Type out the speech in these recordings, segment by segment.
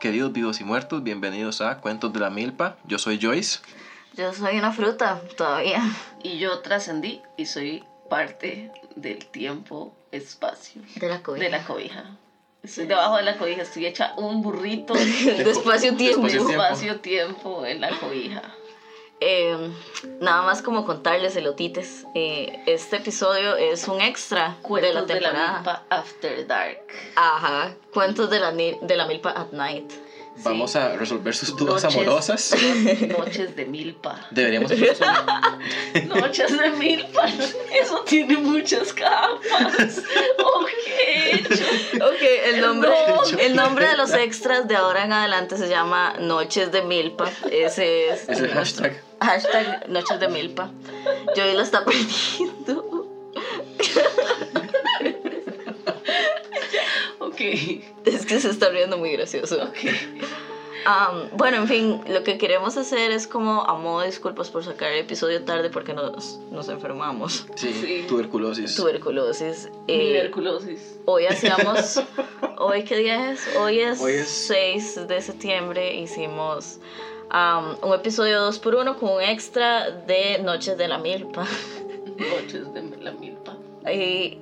queridos vivos y muertos, bienvenidos a Cuentos de la Milpa. Yo soy Joyce. Yo soy una fruta todavía. Y yo trascendí y soy parte del tiempo, espacio, De la cobija. de la cobija. Estoy debajo de la cobija, estoy hecha un burrito Pues De espacio-tiempo. Espacio-tiempo. espacio-tiempo en la cobija. Eh, nada más como contarles el otites. eh, este episodio es un extra de la Cuentos de la temporada. milpa After Dark. Ajá. Cuentos de la, ni- de la milpa at night. Vamos Sí. a resolver sus dudas Noches. amorosas. Noches de milpa. Deberíamos hacer solo- Noches de milpa. Eso tiene muchas capas. Ok. Ok, el nombre, No. el nombre de los extras de ahora en adelante se llama Noches de Milpa. Ese es. es el hashtag. Hashtag Noches de Milpa. Yo la está perdiendo. Ok. Es que se está riendo muy gracioso. Ok. Am, bueno, en fin, lo que queremos hacer es como a modo de disculpas por sacar el episodio tarde porque nos, nos enfermamos. Sí, Sí. tuberculosis. Tuberculosis. eh, Tuberculosis. hoy hacíamos. ¿Hoy qué día es? Hoy es, Hoy es- 6 de septiembre. Hicimos am, un episodio 2x1 con un extra de Noches de la Milpa. Noches de la milpa. Y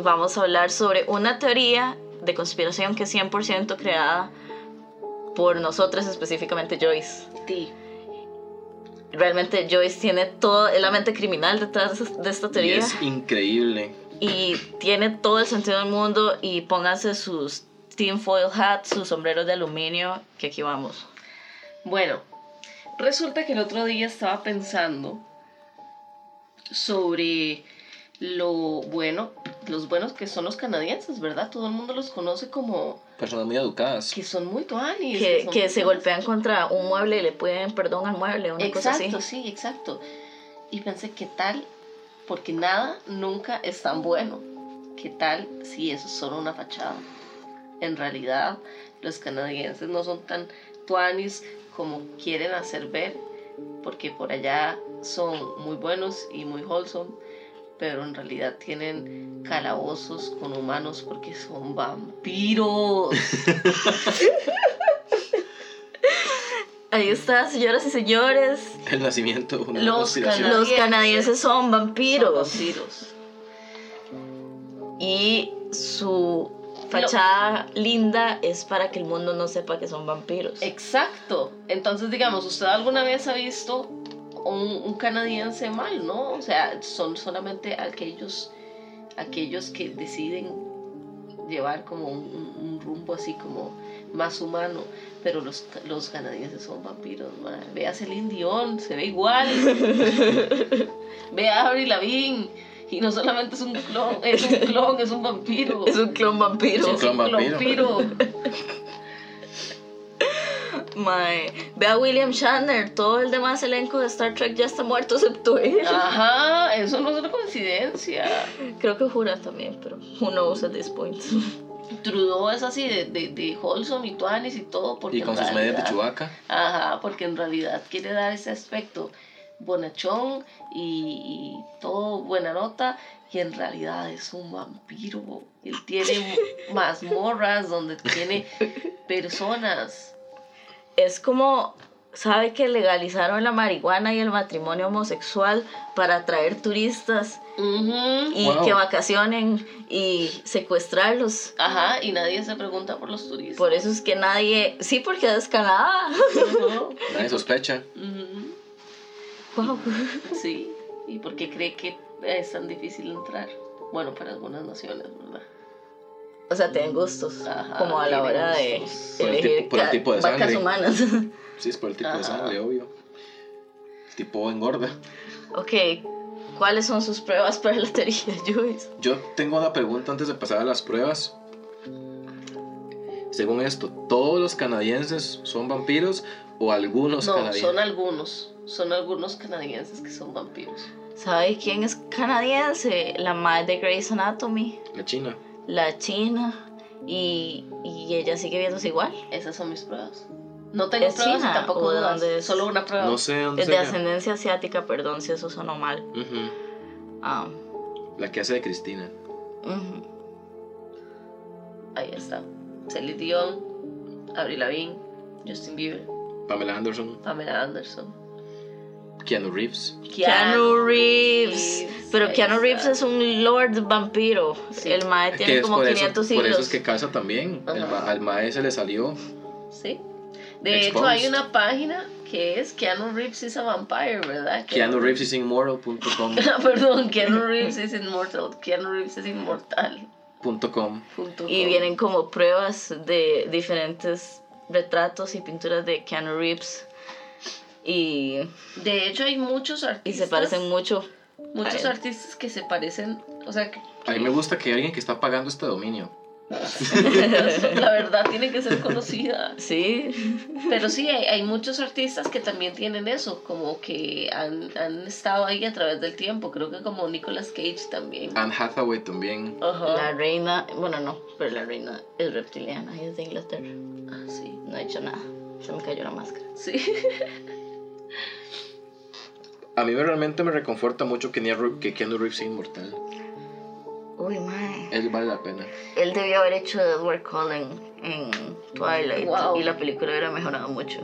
vamos a hablar sobre una teoría de conspiración que es 100% creada por nosotras, específicamente Joyce. Sí. Realmente Joyce tiene todo, es la mente criminal detrás de esta Y teoría es increíble. y tiene todo el sentido del mundo y pónganse sus tinfoil hats, sus sombreros de aluminio, que aquí vamos. Bueno, resulta que el otro día estaba pensando sobre lo bueno, los buenos que son los canadienses, ¿verdad? Todo el mundo los conoce como Personas muy educadas. que son muy tuanis. Que, son que muy se tuanis. golpean contra un mueble y le piden perdón al mueble, una cosa así. Exacto, sí, exacto. Y pensé, ¿qué tal? Porque nada nunca es tan bueno. ¿Qué tal si eso es solo una fachada? En realidad, los canadienses no son tan tuanis como quieren hacer ver, porque por allá son muy buenos y muy wholesome, pero en realidad tienen calabozos con humanos porque son vampiros. Ahí está, señoras y señores. El nacimiento de una Los conspiración. Los Canadienses. canadienses son Son vampiros. vampiros. Y su fachada linda es para que el mundo no sepa que son vampiros. Exacto. Entonces, digamos, usted alguna vez ha visto un, un canadiense mal, ¿no? O sea, son solamente aquellos, aquellos que deciden llevar como un, un- un rumbo así como más humano, pero los, los canadienses son vampiros, madre. Veas el Indión, se ve igual. Ve a Avril Lavigne y no solamente es un clon, es un clon, es un vampiro. Es un clon vampiro. Es un clon vampiro. Mae. Ve a William Shatner. Todo el demás elenco de Star Trek ya está muerto excepto él. Ah. Ajá, eso no es una coincidencia. Creo que Jura también, pero who knows at this point. Trudeau es así de, de, de wholesome y tuanis y todo porque Y con en sus medias de realidad- chubaca. Ajá, porque en realidad quiere dar ese aspecto bonachón y, y todo buena nota y en realidad es un vampiro. Él tiene mazmorras donde tiene personas. Es como. ¿Sabe que legalizaron la marihuana y el matrimonio homosexual para atraer turistas Ujú. y Wow. que vacacionen y secuestrarlos? Ajá, y nadie se pregunta por los turistas. Por eso es que nadie. Sí, porque es Canadá. Ujú. Nadie sospecha. Ujú. Wow. Sí, y porque cree que es tan difícil entrar. Bueno, para algunas naciones, ¿verdad? O sea, tienen gustos. Ajá, como a la tienen hora de gustos. Por el elegir tipo- por el ca- tipo de vacas sangre. humanas. Sí, es por el tipo de Ajá. sangre, obvio. El tipo engorda. ok, ¿cuáles son sus pruebas para la teoría, Joyce? Yo tengo una pregunta antes de pasar a las pruebas. Según esto, ¿todos los canadienses son vampiros o algunos No, canadienses? son algunos. Son algunos canadienses que son vampiros. ¿Sabe quién es canadiense? La madre de Grey's Anatomy, La China. la china, y, y ella sigue viéndose igual. Esas son mis pruebas. No tengo ¿Es pruebas y China o tampoco de dudas, dónde es? Solo una prueba. No sé dónde Es de sea. ascendencia asiática, perdón si eso sonó mal. Ujú. Ah, La que hace de Cristina. ujú. Ahí está. Celine Dion, Avril Lavigne. Justin Bieber, Pamela Anderson, Pamela Anderson, Keanu Reeves. Keanu Reeves. Reeves, Pero ahí Keanu Reeves está. es un lord vampiro. Sí. El mae que tiene es como por 500 eso, siglos. por eso es que casa también. El Ajá. ma- al mae se le salió. Sí. De hecho, Exposed. hay una página que es Keanu Reeves is a Vampire, ¿verdad? Keanu Reeves is immortal.com. Perdón, Keanu Reeves is Immortal. Keanu Reeves es inmortal. punto com. Punto Y com. vienen como pruebas de diferentes retratos y pinturas de Keanu Reeves. Y, De hecho, hay muchos y artistas. se parecen mucho. a Muchos él. artistas que se parecen. O sea, que- A mí me gusta que alguien que está pagando este dominio. pues, la verdad tiene que ser conocida. Sí, Pero sí, hay, hay muchos artistas que también tienen eso, como que han, han estado ahí a través del tiempo. Creo que como Nicolas Cage también. Anne Hathaway también. Ajá. la reina, bueno no, pero la reina es reptiliana y es de Inglaterra. Ah, sí. No he hecho nada, se me cayó la máscara. Sí. A mí me- realmente me reconforta mucho que, Nia Ru- que Keanu Reeves sea inmortal. Uy, mae. Él vale la pena. Él debió haber hecho Edward Cullen en Twilight Wow. y la película hubiera mejorado mucho.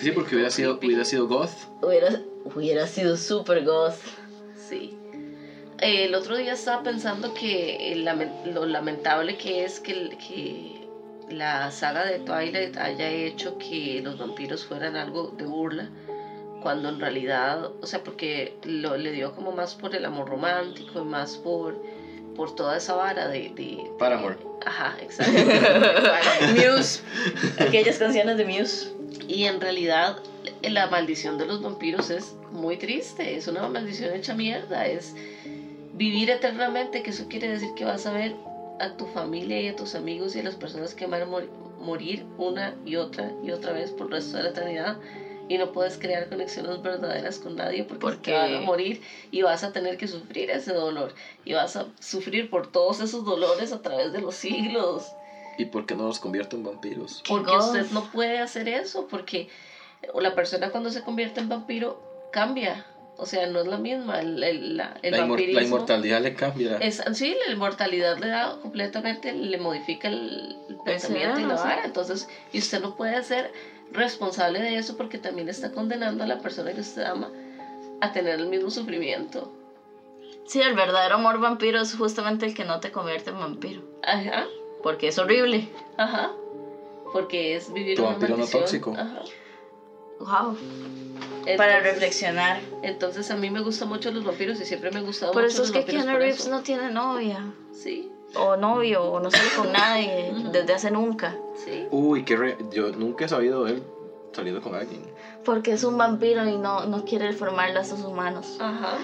Sí, porque hubiera sido, hubiera sido goth. Hubiera, hubiera sido super goth. Sí. Eh, el otro día estaba pensando que el lamen- lo lamentable que es que, el- que la saga de Twilight haya hecho que los vampiros fueran algo de burla, cuando en realidad, o sea, porque lo, le dio como más por el amor romántico y más por, por toda esa vara de... de Paramore. Ajá, exacto. Muse. Aquellas canciones de Muse. Y en realidad la maldición de los vampiros es muy triste, es una maldición hecha mierda, es vivir eternamente, que eso quiere decir que vas a ver a tu familia y a tus amigos y a las personas que van a mor- morir una y otra y otra vez por el resto de la eternidad y no puedes crear conexiones verdaderas con nadie porque, Porque- te van a morir y vas a tener que sufrir ese dolor y vas a sufrir por todos esos dolores a través de los siglos. ¿Y por qué no los convierte en vampiros? Porque God. usted no puede hacer eso, porque la persona cuando se convierte en vampiro cambia. O sea, no es la misma. El, el- la, el La, inmor- la vampirismo inmortalidad le cambia. es- sí, la inmortalidad le da completamente, le modifica el el pensamiento y cerebro, la sí. vara. Entonces, y usted no puede ser responsable de eso porque también está condenando a la persona que usted ama a tener el mismo sufrimiento. Sí, el verdadero amor vampiro es justamente el que no te convierte en vampiro. Ajá, Porque es horrible. ajá. Porque es vivir Tu una vampiro no maldición. tóxico. Ajá. Wow. Para Entonces- reflexionar. Entonces a mí me gustan mucho los vampiros y siempre me han gustado Por mucho eso es los que vampiros Keanu por Reeves eso. no tiene novia. Sí, O novio, o no sale con nadie Ujú. desde hace nunca. sí. Uy, qué re- yo nunca he sabido de él saliendo con alguien. Porque es un vampiro y no, no quiere formar lazos humanos. Ajá.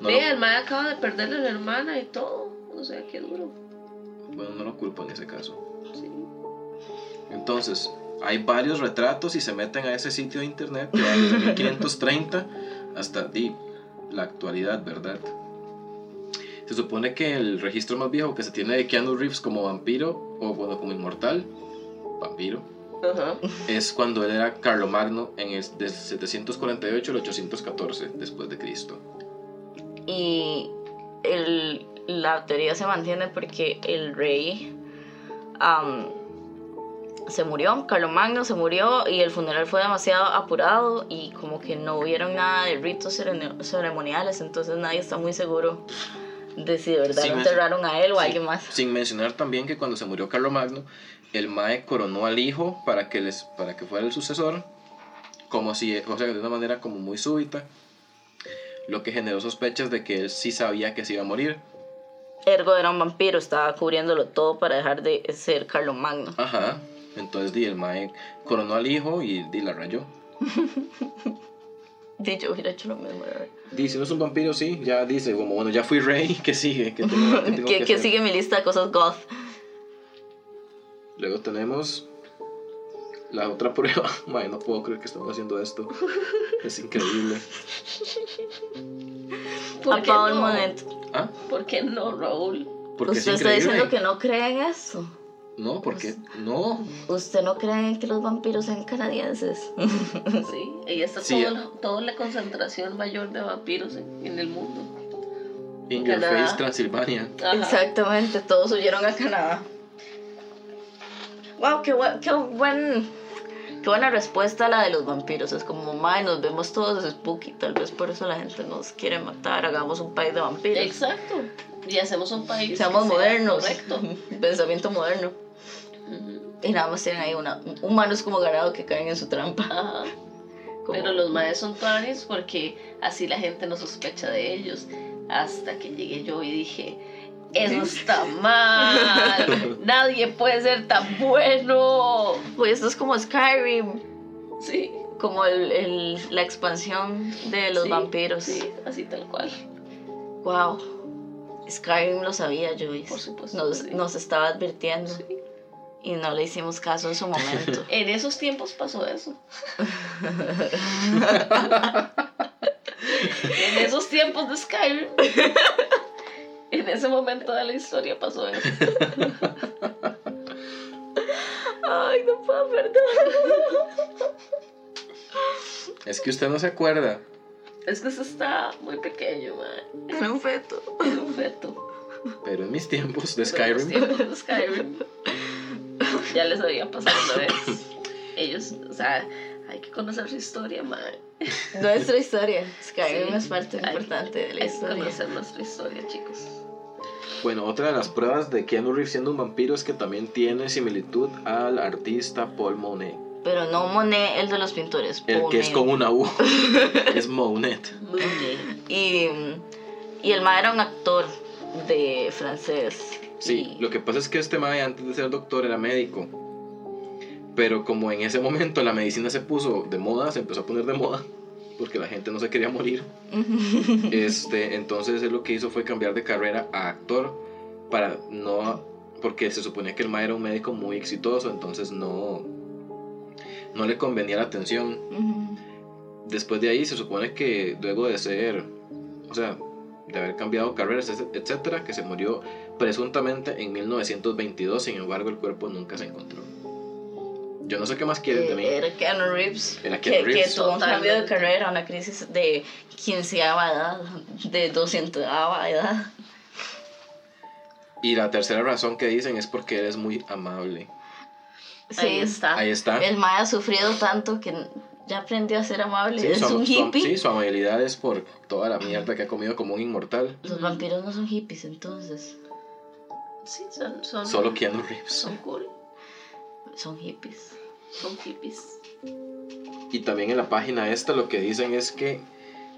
No Ve, lo- el mae acaba de perderle a la hermana y todo. O sea, qué duro. Bueno, no lo culpo en ese caso. Sí. Entonces, hay varios retratos y se meten a ese sitio de internet que va desde 1530 hasta di, la actualidad, ¿verdad? Se supone que el registro más viejo que se tiene de Keanu Reeves como vampiro, o bueno, como inmortal, vampiro, Ajá. es cuando él era Carlomagno en el de 748 al 814 después de Cristo. Y el- la teoría se mantiene porque el rey am, se murió, Carlomagno se murió y el funeral fue demasiado apurado y como que no hubieron nada de ritos ceremoni- ceremoniales, entonces nadie está muy seguro de si de verdad Sí, lo me- enterraron a él o a Sí. alguien más. Sin mencionar también que cuando se murió Carlomagno, el Mae coronó al hijo para que, les, para que fuera el sucesor, como si, o sea, de una manera como muy súbita, lo que generó sospechas de que él sí sabía que se iba a morir. Ergo era un vampiro, estaba cubriéndolo todo para dejar de ser Carlomagno. Ajá, entonces di, el Mae coronó al hijo y di, la rayó. De yo hubiera hecho lo mismo. la verdad. Dice, no es un vampiro, sí, ya dice, como bueno, ya fui rey, que sigue? ¿Qué tengo- qué tengo Que, que que hacer? sigue mi lista de cosas goth. Luego tenemos la otra prueba. Mae, no puedo creer que estamos haciendo esto. Es increíble. ¿Por a qué Paul no? Monet. ¿Ah? ¿por qué no, Raúl? Porque Usted es está increíble. diciendo pues, que no cree en eso. No, porque no. Usted no cree en que los vampiros sean canadienses. Sí. Ella está Sí. todo el- toda la concentración mayor de vampiros en, en el mundo. In Your Canadá. Face, Transilvania. Ajá. Exactamente, todos huyeron a Canadá. Wow, qué, buen- qué buen Qué buena respuesta la de los vampiros. Es como, mae, nos vemos todos spooky. Tal vez por eso la gente nos quiere matar. Hagamos un país de vampiros. Exacto. Y hacemos un país. que Seamos sea modernos. Correcto. Pensamiento moderno. Ujú. Y nada más tienen ahí una, humanos como ganado que caen en su trampa. Ajá. Como- Pero los maes son tuanis porque así la gente no sospecha de ellos. Hasta que llegué yo y dije, eso está mal. Nadie puede ser tan bueno. Pues esto es como Skyrim, Sí, como el, el- la expansión de los Sí, vampiros. sí, así tal cual. Wow. Skyrim lo sabía, Joyce. Por supuesto, Nos, sí. nos estaba advirtiendo Sí. y no le hicimos caso en su momento. En esos tiempos pasó eso. en esos tiempos de Skyrim. En ese momento de la historia pasó eso. Ay, no puedo perdonar. Es que usted no se acuerda. Es que se está muy pequeño, man. Era un feto. Es un feto. Pero en mis tiempos de Pero en los Skyrim, tiempos de Skyrim. Ya les había pasado una vez. Ellos, o sea, hay que conocer su historia, man. Nuestra historia. Skyrim Sí. es parte Hay- importante de la Hay que historia. conocer nuestra historia, chicos. bueno, otra de las pruebas de Keanu Reeves siendo un vampiro es que también tiene similitud al artista Paul Monet, Pero no Monet, el de los pintores. el que es Monet. con una U, es Monet. Muy bien. Y, y el ma era un actor de francés. Sí, Y- lo que pasa es que este mae antes de ser doctor era médico. Pero como en ese momento la medicina se puso de moda, se empezó a poner de moda, porque la gente no se quería morir. Este, entonces él lo que hizo fue cambiar de carrera a actor para no porque se suponía que el mae era un médico muy exitoso, entonces no no le convenía la atención. Ujú. Después de ahí se supone que luego de ser, o sea, de haber cambiado carreras, etc- etcétera, que se murió presuntamente en 1922, sin embargo el cuerpo nunca se encontró. Yo no sé qué más quieren de mí. Eh, Era Keanu Reeves. Era que, Keanu que Reeves. tuvo un cambio de Totalmente. carrera, una crisis de 15 edad, de 200 edad. Y la tercera razón que dicen es porque él es muy amable. Sí, Ahí está. Ahí está. El Maya ha sufrido tanto que ya aprendió a ser amable. Sí, es su, un su- hippie. sí, su amabilidad es por toda la mierda que ha comido como un inmortal. Los vampiros no son hippies, entonces. Sí, son, son, Solo Keanu Reeves. son cool, Son hippies. son hippies. Y también en la página esta lo que dicen es que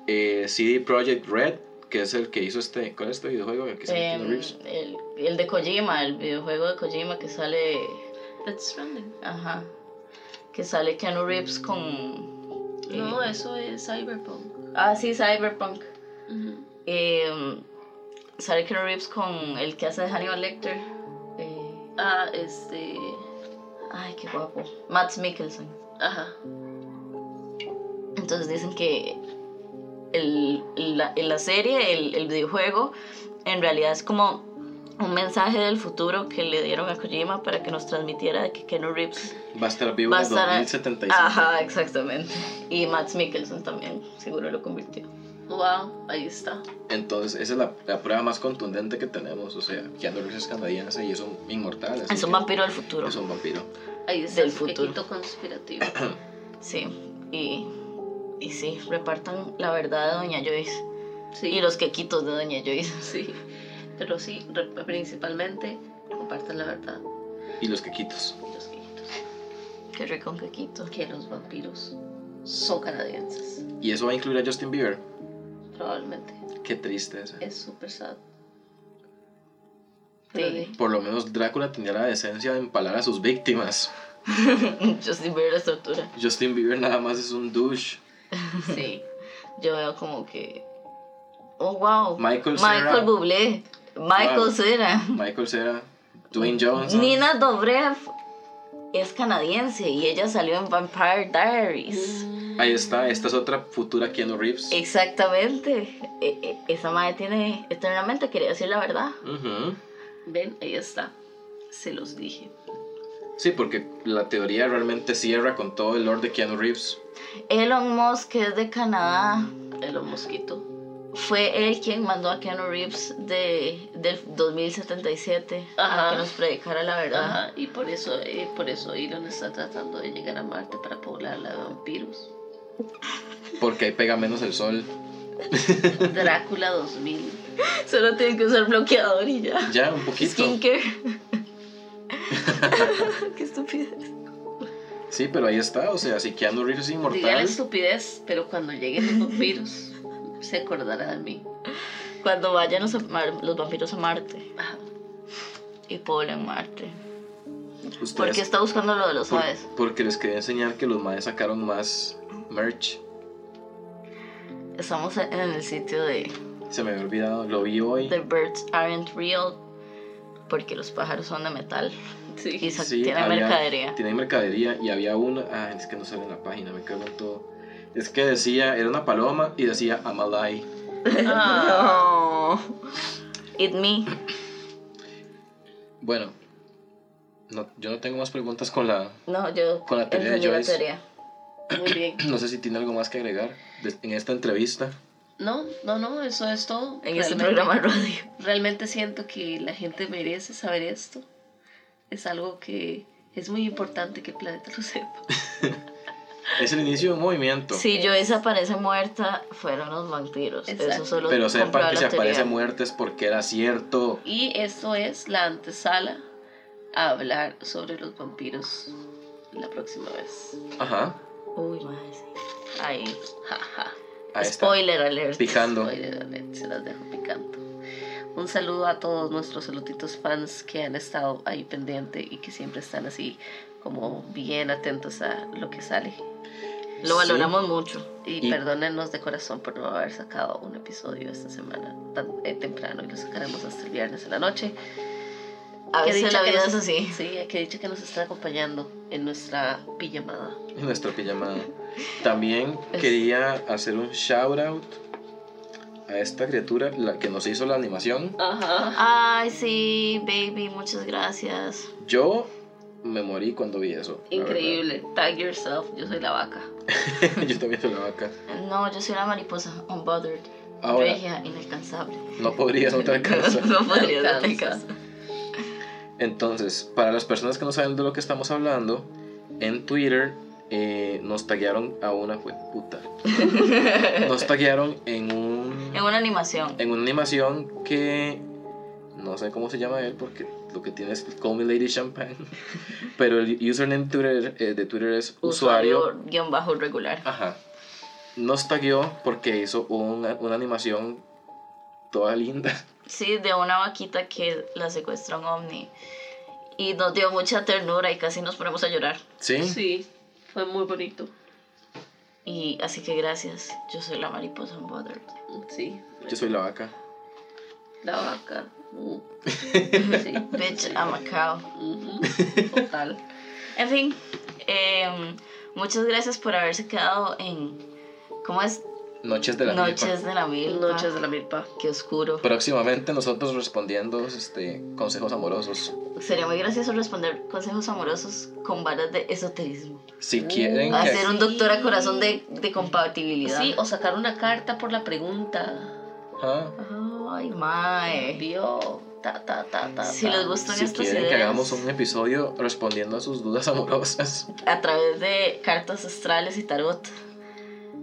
eh, CD Projekt Red, que es el que hizo este, ¿cuál es este videojuego en el que sale Em, Keanu Reeves? el, el de Kojima, el videojuego de Kojima que sale. That's Stranding. Ajá. Que sale Keanu Reeves con. eh, No, eh. eso es Cyberpunk. Ah, sí, Cyberpunk. Eh, sale Keanu Reeves con el que hace de Hannibal Lecter. Eh, Ah, este. ay, qué guapo. Matt Mikkelsen. Ajá. Entonces dicen que el, la, en la serie, el, el videojuego, en realidad es como un mensaje del futuro que le dieron a Kojima para que nos transmitiera de que Keanu Reeves... Va a estar vivo va a Ah. en estar- 2075. Ajá, exactamente. Y Max Mikkelsen también, seguro lo convirtió. Wow, ahí está. Entonces esa es la, la prueba más contundente que tenemos. O sea, Keanu Reeves es canadiense y es un inmortal. así Es un que vampiro del futuro. Es un vampiro. Ahí está Del el futuro. futuro conspirativo. Sí, y, y sí, repartan la verdad de Doña Joyce. Sí, Y los quequitos de Doña Joyce. sí. Pero sí, re- principalmente compartan la verdad. Y los quequitos. Los viejitos. Qué rico un quequito. Que los vampiros son canadienses. Y eso va a incluir a Justin Bieber. Probablemente. Qué tristeza. Es súper sad. Pero Sí. Por lo menos Drácula tenía la decencia de empalar a sus víctimas. Justin Bieber es tortura. Justin Bieber nada más es un douche. sí, Sí. yo veo como que oh wow Michael Cera. Michael Bublé Michael Wow. Cera Michael Cera, Dwayne Johnson. Nina Dobrev es canadiense y ella salió en Vampire Diaries Mm. Ahí está, esta es otra futura Keanu Reeves. Eh. exactamente E- e- esa madre tiene eternamente quería decir la verdad Ujú. Ven, ahí está. Se los dije. Sí, porque la teoría realmente cierra con todo el lore de Keanu Reeves. Mm. Elon Musk que es de Canadá El mosquito. fue él quien mandó a Keanu Reeves de, del 2077 Ajá. a que nos predicara la verdad. Ajá, y por eso, eh, por eso Elon está tratando de llegar a Marte para poblarla de vampiros. Porque ahí pega menos el sol. Drácula 2000. Solo tienen que usar bloqueador y ya. Ya, un poquito. Skincare. Qué estupidez. Sí, pero ahí está. O sea, si Keanu Reeves es Diga la inmortal. estupidez, pero cuando lleguen los vampiros, se acordará de mí. Cuando vayan los, mar- los vampiros a Marte Ajá. y Paul en Marte. Ustedes, Porque está buscando lo de los por- aves? porque les quería enseñar que los maes sacaron más merch. Estamos en el sitio de, Se me había olvidado. Lo vi hoy. The Birds Aren't Real porque los pájaros son de metal y Sí. sa- Sí, tienen había- mercadería. Tienen mercadería y había una. Ah, es que no sale en la página, me cago en todo. Es que decía, era una paloma y decía Amalai. Ah, No. It me. Bueno, no- yo no tengo más preguntas con la. No, yo Con la teoría de entendí la Joyce. teoría. Muy bien. No sé si tiene algo más que agregar de- en esta entrevista. No, no, no, eso es todo. En este Realmente- programa de radio. Realmente siento que la gente merece saber esto. Es algo que es muy importante que el planeta lo sepa. Es el inicio de un movimiento. Si Joyce aparece muerta, fueron los vampiros. Exacto. Eso solo Pero comprueba sepan que si la teoría. aparece muerte es porque era cierto. Y esto es la antesala a hablar sobre los vampiros la próxima vez. Ajá. Uy, madre. sí. Ahí. Jaja. Ahí está. Spoiler alert. Picando. Se las dejo picando. Un saludo a todos nuestros saluditos fans que han estado ahí pendiente y que siempre están así como bien atentos a lo que sale. Lo valoramos mucho. Y, Y- perdónennos de corazón por no haber sacado un episodio esta semana tan eh, temprano y lo sacaremos hasta el viernes en la noche. A Qué veces dicha la que vida nos- es así. Sí, que dicho que nos está acompañando en nuestra pijamada. En nuestra pijamada. También Es- quería hacer un shout out a esta criatura, la que nos hizo la animación. Ajá. Ay, sí, baby, muchas gracias. Yo me morí cuando vi eso. la Increíble. Tag yourself, yo soy la vaca. verdad. Yo también soy la vaca. No, yo soy la mariposa, unbothered, Ahora, regia, inalcanzable. no podría, no te alcanza. no podría Alcanza. darte caso. Entonces, para las personas que no saben de lo que estamos hablando, en Twitter eh, nos taguearon a una puta. Nos taguearon en un En una animación. en una animación que no sé cómo se llama él porque lo que tiene es Call Me Lady Champagne, pero el username de Twitter, eh, de Twitter es usuario. Usuario guión bajo regular. Ajá. Nos tagueó porque hizo una, una animación toda linda. Sí, de una vaquita que la secuestra un ovni. Y nos dio mucha ternura y casi nos ponemos a llorar. ¿Sí? Sí, fue muy bonito. Y así que gracias. Yo soy la mariposa unbothered. Sí. Yo soy la vaca. La vaca. Mm. Sí. Bitch, I'm a cow. Ujú. Total. En fin, em, muchas gracias por haberse quedado en. ¿Cómo es? Noches de la milpa. Noches de la mil. Noches de la milpa. Qué oscuro. Próximamente nosotros respondiendo este, consejos amorosos. Sería muy gracioso responder consejos amorosos con varas de esoterismo. Si quieren Ah, que, Hacer un Sí. doctor a corazón de, de compatibilidad. Sí, o sacar una carta por la pregunta. Ajá. Ay, mae. Vio. Ta, ta, ta, ta. Eh. Si ta. les gustan Si estas quieren que ideas, hagamos un episodio respondiendo a sus dudas amorosas. a través de cartas astrales y tarot,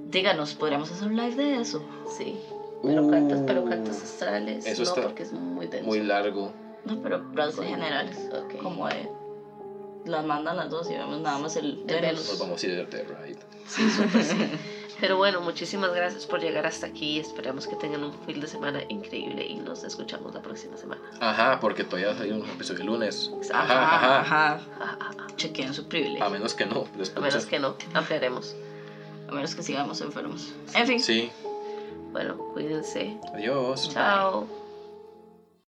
díganos, ¿podríamos hacer un live de eso? Sí. Pero Uh, cartas, pero cartas astrales. eso no, está porque es muy denso. Muy largo. No, pero brazos generales. Ok. Como de. Las mandan las dos y vemos nada más el. El Venus. Nos vamos a ir de right. Sí, súper, sí. Pero bueno, muchísimas gracias por llegar hasta aquí. Esperamos que tengan un fin de semana increíble y nos escuchamos la próxima semana. Ajá, porque todavía va a salir un episodio el lunes. Ajá, Ajá, ajá. ajá. Ja, ja, ja. Chequen su privilegio. A menos que no. lo A menos escuchas. que no, ampliaremos. A menos que sigamos enfermos. En fin. Sí. Bueno, cuídense. Adiós. Chao.